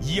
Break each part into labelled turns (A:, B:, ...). A: 以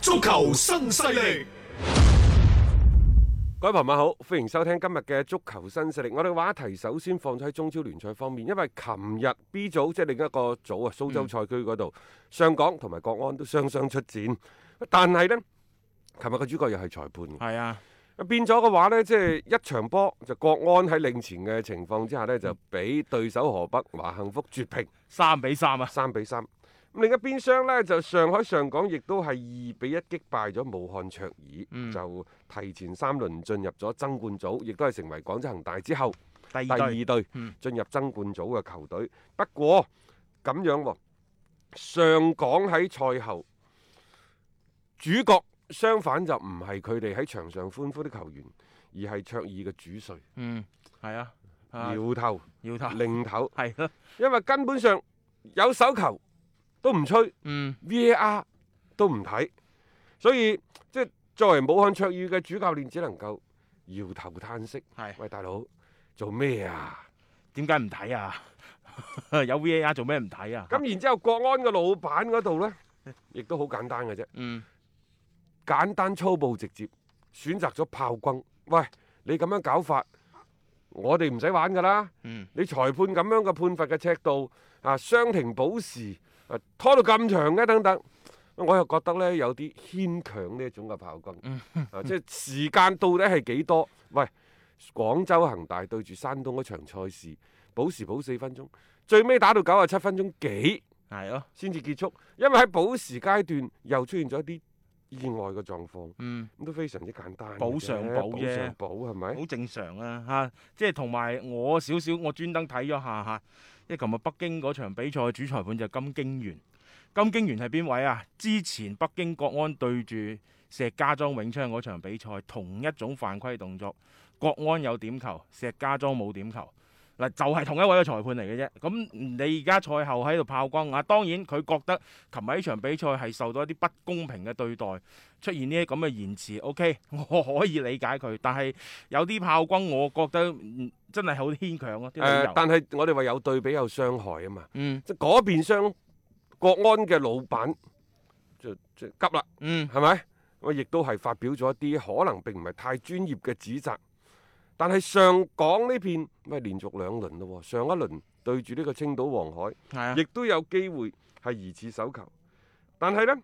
A: 足球新勢力，
B: 各位朋友好，歡迎收聽今日嘅足球新勢力。我哋話題首先放咗喺中超聯賽方面，因為琴日 B 組即係另一個組啊，蘇州賽區嗰度，上港同埋國安都雙雙出戰，但係呢，琴日個主角又係裁判嘅。
C: 係啊，
B: 變咗嘅話呢，即係一場波就國安喺領前嘅情況之下呢，就俾對手河北華幸福絕平
C: 三比三啊，
B: 三比三。咁另一邊廂呢，就上海上港亦都係二比一擊敗咗武漢卓爾，
C: 嗯
B: 就提前三輪進入咗爭冠組，亦都係成為廣州恒大之後
C: 第二
B: 第二
C: 隊
B: 隊
C: 嗯
B: 進入爭冠組嘅球隊。不過咁樣喎，上港喺賽後主角相反就唔係佢哋喺場上歡呼的球員，而係卓爾嘅主帥
C: 嗯，係啊，啊
B: 搖頭
C: 要頭
B: 擰頭，
C: 係咯，
B: 因為根本上有手球都唔吹
C: 嗯，
B: ，VAR 都唔睇，所以即係作為武漢卓爾嘅主教練，只能夠搖頭嘆息。
C: 係
B: 喂，大佬做咩啊？
C: 點解唔睇啊？ 有 VAR 做咩唔睇啊？
B: 咁然之後，國安嘅老闆嗰度呢，亦都好簡單嘅啫，
C: 嗯，
B: 簡單粗暴直接，選擇咗炮轟。喂，你咁樣搞法，我哋唔使玩噶啦。
C: 嗯
B: 你裁判咁樣嘅判罰嘅尺度啊，雙停補時啊，拖到咁長嘅等等，我又覺得呢，有啲牽強呢一種嘅炮轟。啊，即係時間到底係幾多？喂，廣州恒大對住山東嗰場賽事，補時補四分鐘，最尾打到九十七分鐘幾？
C: 係咯，
B: 先至結束，因為喺補時階段又出現咗一啲意外嘅狀況，
C: 嗯，
B: 咁都非常之簡單嘅啫。
C: 補上補啫
B: 補上補係咪？
C: 好正常啊，嚇、即係同埋我少少，我專登睇咗下嚇，因為琴日北京嗰場比賽主裁判就係金京元，金京元係邊位啊？之前北京國安對住石家莊永昌嗰場比賽，同一種犯規動作，國安有點球，石家莊冇點球。嗱，就係同一位嘅裁判嚟嘅啫。咁你而家賽後喺度炮轟啊，當然佢覺得琴日呢場比賽係受到一啲不公平嘅對待，出現呢啲咁嘅言辭。OK，我 可以理解佢，但係有啲炮轟，我覺得、嗯真係好牽強咯、啊，啲
B: 誒、
C: 理由。
B: 但係我哋話有對比有傷害啊嘛，
C: 嗯
B: 即係嗰邊傷國安嘅老闆就就急啦，
C: 嗯
B: 係咪？我亦都係發表咗一啲可能並唔係太專業嘅指責，但係上港呢邊喂連續兩輪咯喎，上一輪對住呢個青島黃海。
C: 係啊，
B: 亦都有機會係疑似手球，但係呢，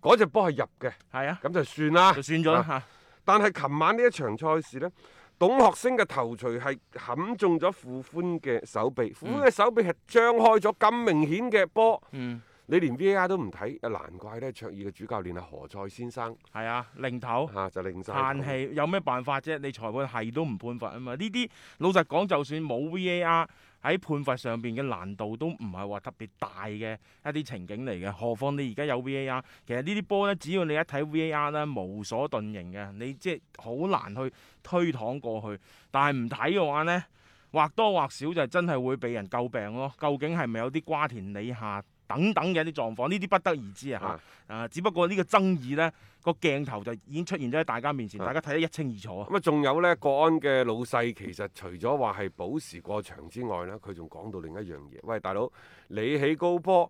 B: 嗰隻波係入嘅，
C: 係啊，
B: 咁就算啦
C: 就。算咗啦嚇。
B: 但係琴晚呢一場賽事呢，董學升嘅頭槌係冚中咗傅歡嘅手臂，傅歡嘅手臂係張開咗咁明顯嘅波，
C: 嗯，
B: 你連 VAR 都唔睇，啊難怪呢卓爾嘅主教練係啊何塞先生
C: 係啊，零頭。
B: 嚇、就令晒頭。
C: 嘆氣有咩辦法啫？你裁判係都唔判罰啊嘛！呢啲老實講，就算冇 VAR 喺判罰上邊嘅難度都唔係話特別大嘅一啲情景嚟嘅。何況你而家有 VAR，其實呢啲波呢，只要你一睇 VAR 呢，無所遁形嘅，你即係好難去推搪過去。但係唔睇嘅話呢，或多或少就真係會被人詬病咯。究竟係咪有啲瓜田李下等等嘅一啲狀況？呢啲不得而知啊嚇。
B: 啊
C: 啊，只不過呢個爭議呢個鏡頭就已經出現咗喺大家面前，
B: 啊
C: 大家睇得一清二楚啊！
B: 咁啊，仲有呢，國安嘅老細其實除咗話係保時過場之外呢，佢仲講到另一樣嘢。喂，大佬，你起高波，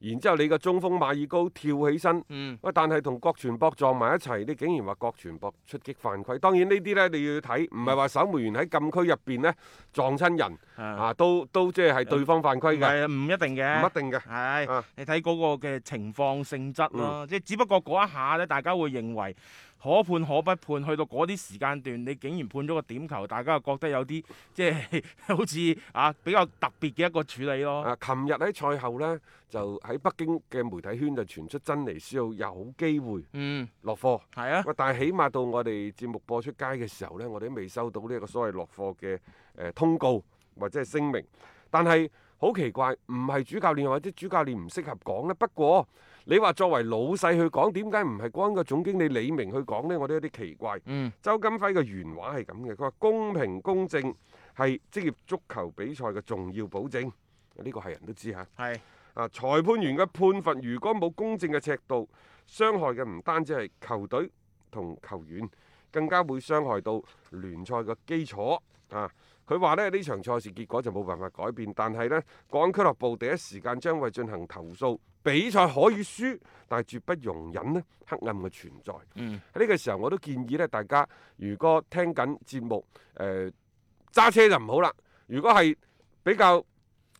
B: 然之後你個中鋒馬爾高跳起身，
C: 嗯，
B: 喂，但係同郭全博撞埋一齊，你竟然話郭全博出擊犯規。當然呢啲呢，你要睇，唔係話守門員喺禁區入邊呢撞親人
C: 啊，嗯
B: 啊，都都即係係對方犯
C: 唔
B: 規嘅，
C: 係唔一定
B: 唔
C: 嘅，
B: 一定嘅。
C: 係、
B: 啊嗯
C: 你睇嗰個嘅情況性質咯，即係只不過嗰一下咧，大家會認為可判可不判，去到嗰啲時間段，你竟然判咗個點球，大家又覺得有啲即係 好似啊比較特別嘅一個處理咯。
B: 啊！琴日喺賽後呢，就喺北京嘅媒體圈就傳出真尼斯奧有機會
C: 嗯，
B: 落課。
C: 係啊，
B: 喂，但係起碼到我哋節目播出街嘅時候呢，我哋都未收到呢一個所謂落課嘅誒、呃通告或者係聲明。但係好奇怪，唔係主教練或者主教練唔適合講呢。不過你話作為老細去講，點解唔係光個總經理李明去講呢？我都有啲奇怪。
C: 嗯，
B: 周金輝嘅原話係咁嘅，佢話公平公正係職業足球比賽嘅重要保證。呢個係人都知嚇。
C: 係
B: 啊，裁判員嘅判罰如果冇公正嘅尺度，傷害嘅唔單止係球隊同球員，更加會傷害到聯賽嘅基礎。啊，佢話咧呢場賽事結果就冇辦法改變，但係呢，港安俱樂部第一時間將會進行投訴。比賽可以輸，但係絕不容忍呢黑暗嘅存在。
C: 嗯
B: 喺呢個時候，我都建議咧，大家如果聽緊節目，誒、揸車就唔好啦。如果係比較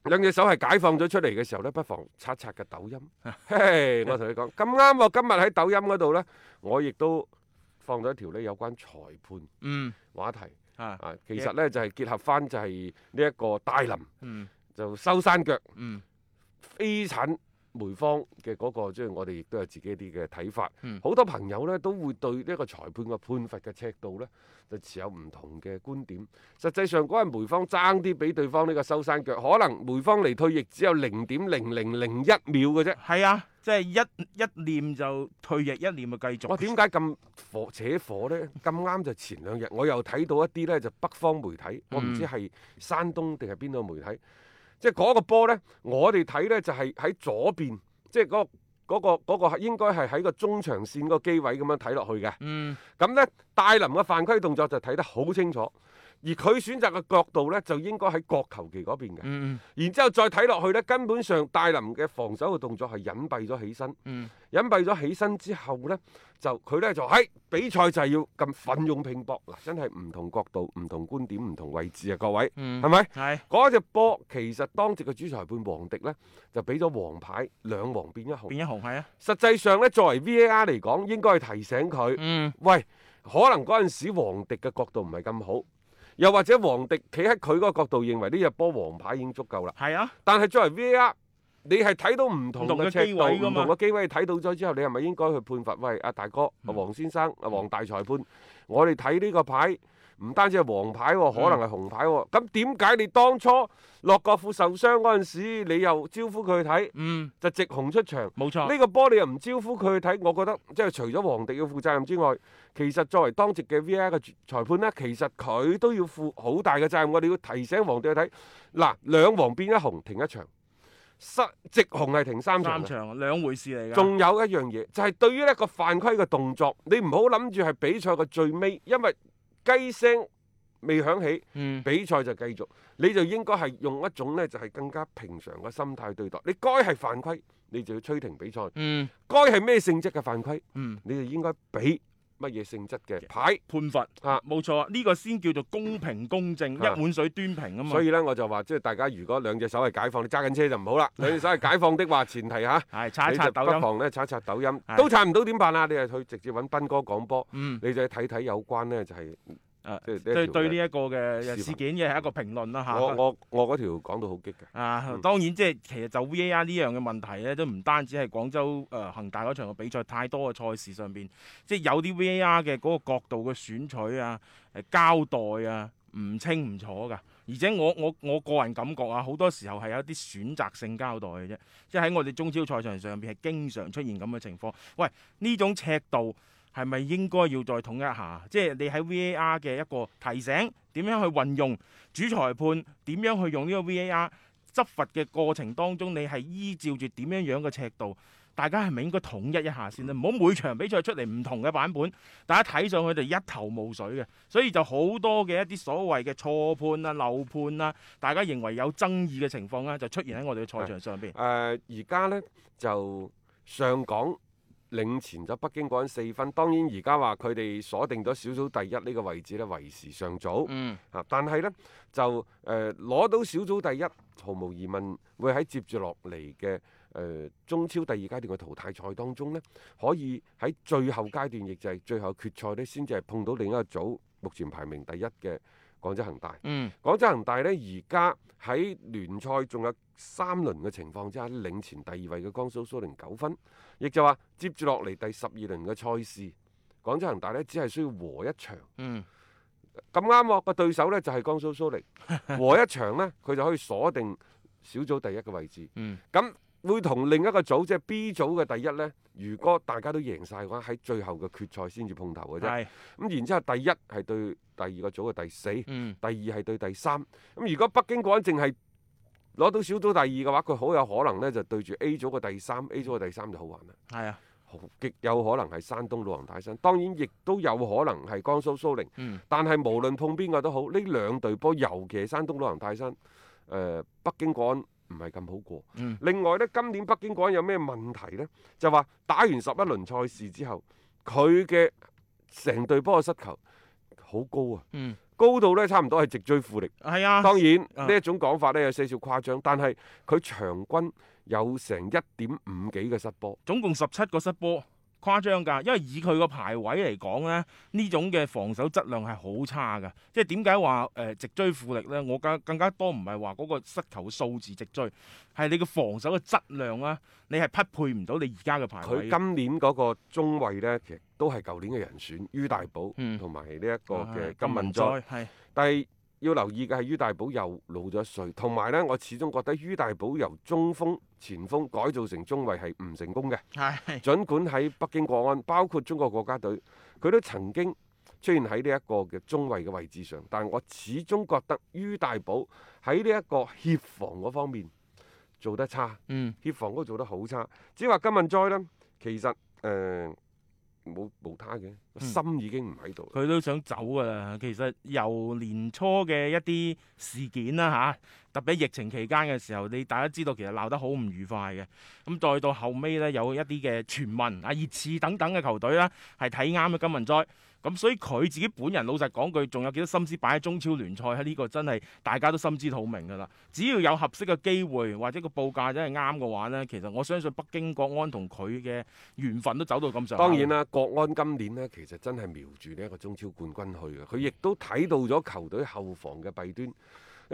B: 兩隻手係解放咗出嚟嘅時候呢，不妨刷刷嘅抖音。嘿，我同你講咁啱喎，今日喺抖音嗰度呢，我亦都放咗一條呢有關裁判
C: 嗯
B: 話題
C: 啊，
B: 啊。其實呢，就係、結合翻就係呢一個大林
C: 嗯
B: 就收山腳
C: 嗯
B: 飛產梅芳嘅嗰、個，即係我哋亦都有自己一啲嘅睇法。好、
C: 嗯
B: 多朋友呢都會對呢一個裁判嘅判罰嘅尺度呢，就持有唔同嘅觀點。實際上嗰日梅芳爭啲俾對方呢個收山腳，可能梅芳離退亦只有零點零零零一秒嘅啫。
C: 係啊，即係一一念就退役，一念就繼續。
B: 我點解咁火扯火呢？咁啱就前兩日我又睇到一啲呢，就北方媒體，我唔知係山東定係邊度媒體，即係嗰個波呢，我哋睇呢就係喺左邊，即係嗰嗰個嗰、個應該係喺個中場線嗰個機位咁樣睇落去嘅。
C: 嗯
B: 咁呢，戴林嘅犯規動作就睇得好清楚，而佢選擇嘅角度呢，就應該喺角球旗嗰邊嘅。
C: 嗯
B: 然之後再睇落去呢，根本上戴林嘅防守嘅動作係隱蔽咗起身。
C: 嗯
B: 隱蔽咗起身之後呢，就佢呢就喺、哎比賽就係要咁奮勇拼搏嗱，真係唔同角度、唔同觀點、唔同位置啊！各位
C: 嗯
B: 係，咪？
C: 係
B: 嗰只波其實當值嘅主裁判王迪呢，就俾咗黃牌，兩黃變一紅。
C: 變一紅係啊。
B: 實際上呢，作為 VAR 嚟講，應該係提醒佢，
C: 嗯
B: 喂，可能嗰陣時黃迪嘅角度唔係咁好，又或者黃迪企喺佢嗰個角度認為呢只波黃牌已經足夠啦。
C: 係啊，
B: 但係作為 VAR，你係睇到唔同
C: 唔同
B: 嘅
C: 嘅
B: 尺
C: 機
B: 度、
C: 位
B: 唔
C: 㗎嘛
B: 同嘅機位睇到咗之後，你係咪應該去判罰？喂，阿大哥、
C: 嗯
B: 阿黃先生、阿黃大裁判，我哋睇呢個牌。唔單止係黃牌
C: 嗯
B: 喎，可能係紅牌喎。咁點解你當初洛國富受傷嗰陣時，你又招呼佢去睇，
C: 嗯，
B: 就直紅出場？
C: 冇錯。
B: 呢個波你又唔招呼佢去睇，我覺得即係除咗皇帝要負責任之外，其實作為當值嘅 V.R. 嘅裁判呢，其實佢都要負好大嘅責任。我哋要提醒皇帝去睇，嗱兩黃變一紅，停一場，失直紅係停三場啊
C: 三
B: 嘅。
C: 場啊兩回事嚟㗎。
B: 仲有一樣嘢就係、對於一個犯規嘅動作，你唔好諗住係比賽嘅最尾，因為雞聲未響起。
C: 嗯
B: 比賽就繼續，你就應該係用一種呢，就係、更加平常嘅心態對待。你該係犯規，你就要吹停比賽；
C: 嗯
B: 該係咩性質嘅犯規，
C: 嗯，
B: 你就應該俾乜嘢性質嘅牌。
C: 判罰
B: 啊
C: 冇錯，呢個先叫做公平公正，一
B: 啊
C: 碗水端平啊嘛。
B: 所以呢，我就話即係大家如果兩隻手係解放，你揸緊車就唔 好啦。兩隻手係解放的話，前提嚇，
C: 係刷一
B: 你
C: 刷
B: 就
C: 抖
B: 不
C: 音，
B: 妨呢，刷一刷抖音
C: 係，
B: 都刷唔到點辦啊？你係去直接揾斌哥講波，
C: 嗯，
B: 你就去睇睇有關呢，就係
C: 誒
B: 即係呢一
C: 對
B: 條
C: 對
B: 嘅
C: 呢一個啊嘅
B: 視
C: 事
B: 頻
C: 件嘅係一個評論啦嚇。
B: 我我我嗰條講到好激嘅。
C: 啊
B: 嗯，
C: 當然即係其實就 VAR 呢樣嘅問題咧，都唔單止係廣州誒、呃、恒大嗰場嘅比賽，太多嘅賽事上邊，即係有啲 VAR 嘅嗰個角度嘅選取啊、誒交代啊，唔清唔楚㗎。而且我我我個人感覺啊，好多時候係有啲選擇性交代嘅啫，即係喺我哋中超賽場上邊係經常出現咁嘅情況。喂，呢種尺度係咪應該要再統一下？即係你喺 VAR 嘅一個提醒，點樣去運用主裁判，點樣去用呢個 VAR？執法嘅過程當中，你係依照住點樣樣嘅尺度，大家係咪應該統一一下先咧？唔好每場比賽出嚟唔同嘅版本，大家睇上去就一頭霧水嘅，所以就好多嘅一啲所謂嘅錯判啊、漏判啊，大家認為有爭議嘅情況咧，就出現喺我哋嘅賽場上邊
B: 誒。而家呢，就上港領前咗北京國安四分，當然而家話佢哋鎖定咗小組第一呢個位置呢，為時尚早。
C: 嗯，
B: 啊，但係呢，就誒攞、到小組第一，毫無疑問會喺接住落嚟嘅誒中超第二階段嘅淘汰賽當中呢，可以喺最後階段，亦就係最後決賽呢，先至係碰到另一個組目前排名第一嘅廣州恒大。
C: 嗯，
B: 廣州恒大呢，而家喺聯賽仲有三輪嘅情況之下，領前第二位嘅江蘇蘇寧九分，亦就話接住落嚟第十二輪嘅賽事，廣州恒大呢，只係需要和一場。
C: 嗯，
B: 咁啱喎，個對手呢就係江蘇蘇 寧，和一場呢，佢就可以鎖定小組第一嘅位置。
C: 嗯，
B: 咁會同另一個組即係 B 組嘅第一呢，如果大家都贏晒嘅話，喺最後嘅決賽先至碰頭嘅啫。
C: 係，
B: 咁然之後，第一係對第二個組嘅第四，
C: 嗯，
B: 第二係對第三。咁如果北京國安淨係攞到小組第二嘅話，佢好有可能呢就對住 A 組嘅第三，A 組嘅第三就好玩啦。
C: 係啊，
B: 好極有可能係山東魯能泰山，當然亦都有可能係江蘇蘇寧。
C: 嗯
B: 但係無論碰邊個都好，呢兩隊波，尤其係山東魯能泰山，誒、呃北京國安唔係咁好過。
C: 嗯
B: 另外呢，今年北京國安有咩問題呢？就話打完十一輪賽事之後，佢嘅成隊波嘅失球好高啊，
C: 嗯，
B: 高到呢差唔多係直追富力。
C: 係啊，
B: 當
C: 啊
B: 然呢一種講法呢有些少誇張，但係佢場均有成一點五幾嘅失波。
C: 總共十七個失波，誇張㗎。因為以佢個排位嚟講咧，呢種嘅防守質量係好差㗎。即係點解話誒直追富力呢？我更更加多唔係話嗰個失球嘅數字直追，係你嘅防守嘅質量啦，你係匹配唔到你而家嘅排
B: 佢
C: 位。
B: 今年嗰個中衞呢，其實都係舊年嘅人選，於大寶
C: 嗯啊
B: 同埋呢一個嘅
C: 唉
B: 金敏哉。
C: 哉係
B: 但係要留意嘅係於大寶又老咗一歲，同埋呢，我始終覺得於大寶由中鋒、前鋒改造成中衞係唔成功嘅。
C: 係
B: 儘管喺北京國安，包括中國國家隊，佢都曾經出現喺呢一個嘅中衞嘅位置上，但我始終覺得於大寶喺呢一個協防嗰方面做得差。
C: 嗯
B: 協防嗰度做得好差。只係話金敏哉呢，其實誒冇冇他嘅，個心已經唔喺度啦。
C: 佢都想走㗎啦。其實由年初嘅一啲事件啦嚇、特別喺疫情期間嘅時候，你大家知道其實鬧得好唔愉快嘅。咁再到後尾呢，有一啲嘅傳聞啊，熱刺等等嘅球隊啦，係睇啱嘅金文災。咁所以佢自己本人老實講句，仲有幾多心思擺喺中超聯賽喺呢個真係大家都心知肚明㗎啦。只要有合適嘅機會或者個報價真係啱嘅話呢，其實我相信北京國安同佢嘅緣分都走到咁上下。
B: 當然啦，國安今年呢，其實真係瞄住呢一個中超冠軍去嘅，
C: 嗯
B: 佢亦都睇到咗球隊後防嘅弊端。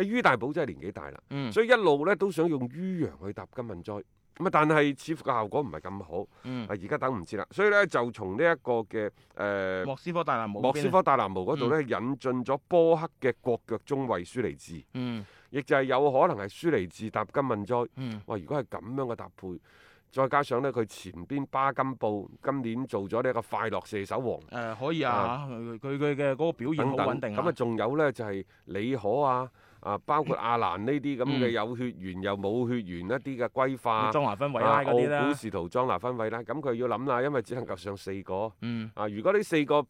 B: 於大寶真係年紀大啦，
C: 嗯
B: 所以一路呢都想用於洋去搭金敏哉。咁啊，但係似乎個效果唔係咁好，啊
C: 嗯，
B: 而家等唔切啦，所以呢，就從呢一個嘅誒、呃
C: 莫斯科大藍帽嗰邊啊。嗯
B: 莫斯科大藍毛嗰度呢，引進咗波克嘅國腳中衞舒尼治，
C: 嗯
B: 亦就係有可能係舒尼治搭金敏哉。
C: 嗯
B: 哇！如果係咁樣嘅搭配，再加上呢，佢前邊巴金布今年做咗呢一個快樂射手王
C: 誒、可以啊，佢佢佢嘅嗰個表現好
B: 等
C: 穩定
B: 等，咁啊
C: 啊，
B: 仲有呢，就係、李可啊啊，包括阿蘭呢啲咁嘅
C: 嗯
B: 有血緣又冇血緣一啲嘅規
C: 咁
B: 化。
C: 莊華芬維
B: 啊
C: 拉嗰啲
B: 奧古
C: 啦，
B: 士圖莊拿芬維拉，咁佢要諗啦，因為只能夠上四個
C: 嗯
B: 啊。如果呢四個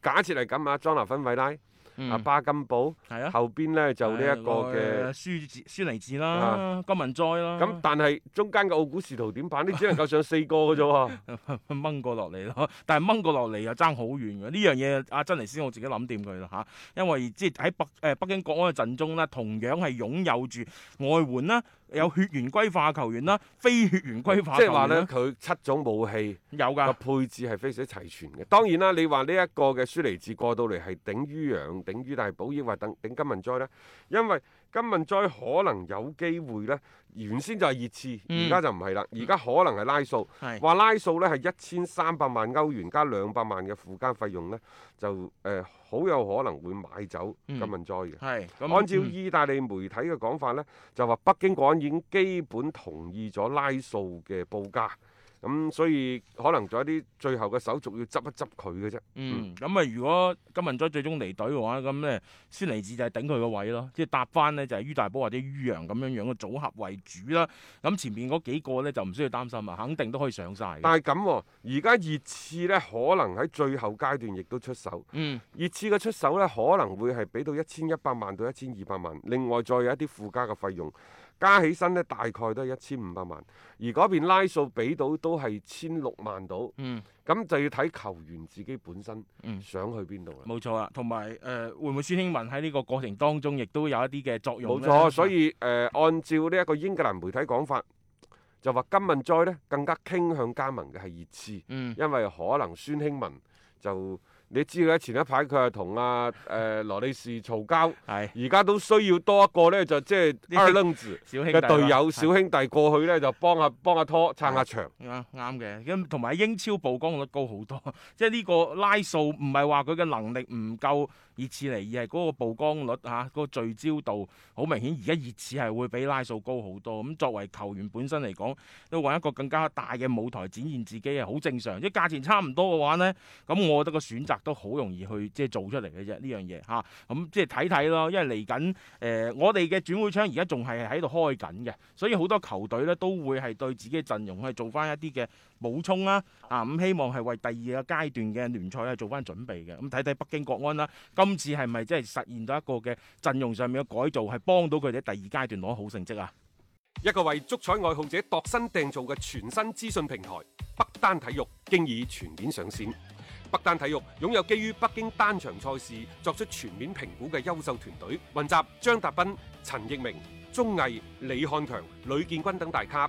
B: 假設係咁啊，莊拿芬維拉、啊
C: 嗯，
B: 巴金布
C: 係啊，
B: 後邊呢就呢一個嘅
C: 誒舒治舒尼治啦
B: 啊，
C: 金文哉啦，
B: 咁，但係中間嘅奧古士圖點辦？你只能夠上四個嘅啫 喎。
C: 掹過落嚟咯， 但係掹過落嚟又爭好遠嘅呢樣嘢，阿珍妮斯我自己諗掂佢啦嚇，因為即係喺北誒、北京國安嘅陣中啦，同樣係擁有住外援啦，有血緣歸化球員啦，非血緣歸化
B: 即
C: 球
B: 係話
C: 員
B: 呢，
C: 啦，啊
B: 佢七種武器
C: 有
B: 個
C: 㗎，
B: 配置係非常之齊全嘅。當然啦，你話呢一個嘅舒尼治過到嚟係頂於洋、頂於大寶，抑或頂頂金文哉呢？因為金文哉可能有機會呢，原先就係熱刺，
C: 嗯
B: 而家就唔係啦，而家可能係拉數。
C: 係，
B: 話拉數呢係一千三百萬歐元加兩百萬嘅附加費用呢，就誒好、有可能會買走
C: 嗯
B: 金文哉嘅。
C: 係，咁
B: 按照
C: 嗯
B: 意大利媒體嘅講法呢，就話北京國安已經基本同意咗拉素嘅報價。誒、咁所以可能仲有啲最後嘅手續要執一執佢嘅啫。
C: 嗯，咁啊，如果金文哉最終離隊嘅話，咁咧孫尼志就係頂佢個位咯，即係搭翻呢就係於大寶或者於洋咁樣樣嘅組合為主啦。咁前面嗰幾個咧就唔需要擔心啊，肯定都可以上晒嘅。
B: 但係咁喎，而家熱刺呢，可能喺最後階段亦都出手。
C: 嗯，
B: 熱刺嘅出手呢，可能會係俾到一千一百萬到一千二百萬，另外再有一啲附加嘅費用，加起身呢，大概都係一千五百萬。而嗰邊拉數俾到都係千六萬到，
C: 嗯，
B: 咁就要睇球員自己本身
C: 嗯
B: 想去邊度啦。
C: 冇錯啦。啊同埋誒，會唔會孫興文喺呢個過程當中亦都有一啲嘅作用
B: 冇
C: 呢啊
B: 錯，所以誒、呃按照呢一個英格蘭媒體講法，就話金文哉呢更加傾向加盟嘅係熱刺，
C: 嗯
B: 因為可能孫興文就你知嘅，前一排佢係同阿誒羅利士嘈交，
C: 係
B: 而家都需要多一個呢，就即係二愣子
C: 小兄弟啊
B: 嘅隊友
C: 啦
B: 小兄弟過去呢，就幫下幫下拖撐下場。
C: 啱啱嘅，咁同埋英超曝光率高好多， 即係呢個拉數唔係話佢嘅能力唔夠熱刺嚟，而係嗰個曝光率嚇，嗰、個聚焦度好明顯。而家熱刺係會比拉數高好多，咁作為球員本身嚟講，都揾一個更加大嘅舞台展現自己係好正常。即係價錢差唔多嘅話呢，咁我覺得個選擇都好容易去即係做出嚟嘅啫，呢樣嘢嚇。咁即係睇睇咯，因為嚟緊誒呃我哋嘅轉會窗而家仲係喺度開緊嘅，所以好多球隊咧都會係對自己嘅陣容係做翻一啲嘅補充啦，啊咁希望係為第二個階段嘅聯賽係做翻準備嘅。咁睇睇北京國安啦，今次係咪真係實現到一個嘅陣容上面嘅改造，係幫到佢哋喺第二階段攞好成績啊？
B: 一個為足彩愛好者度身訂造嘅全新資訊平台北單體育，經已全面上線。北單體育擁有基於北京單場賽事作出全面評估嘅優秀團隊，雲集張達斌、陳奕明、鐘毅、李漢強、呂建軍等大咖，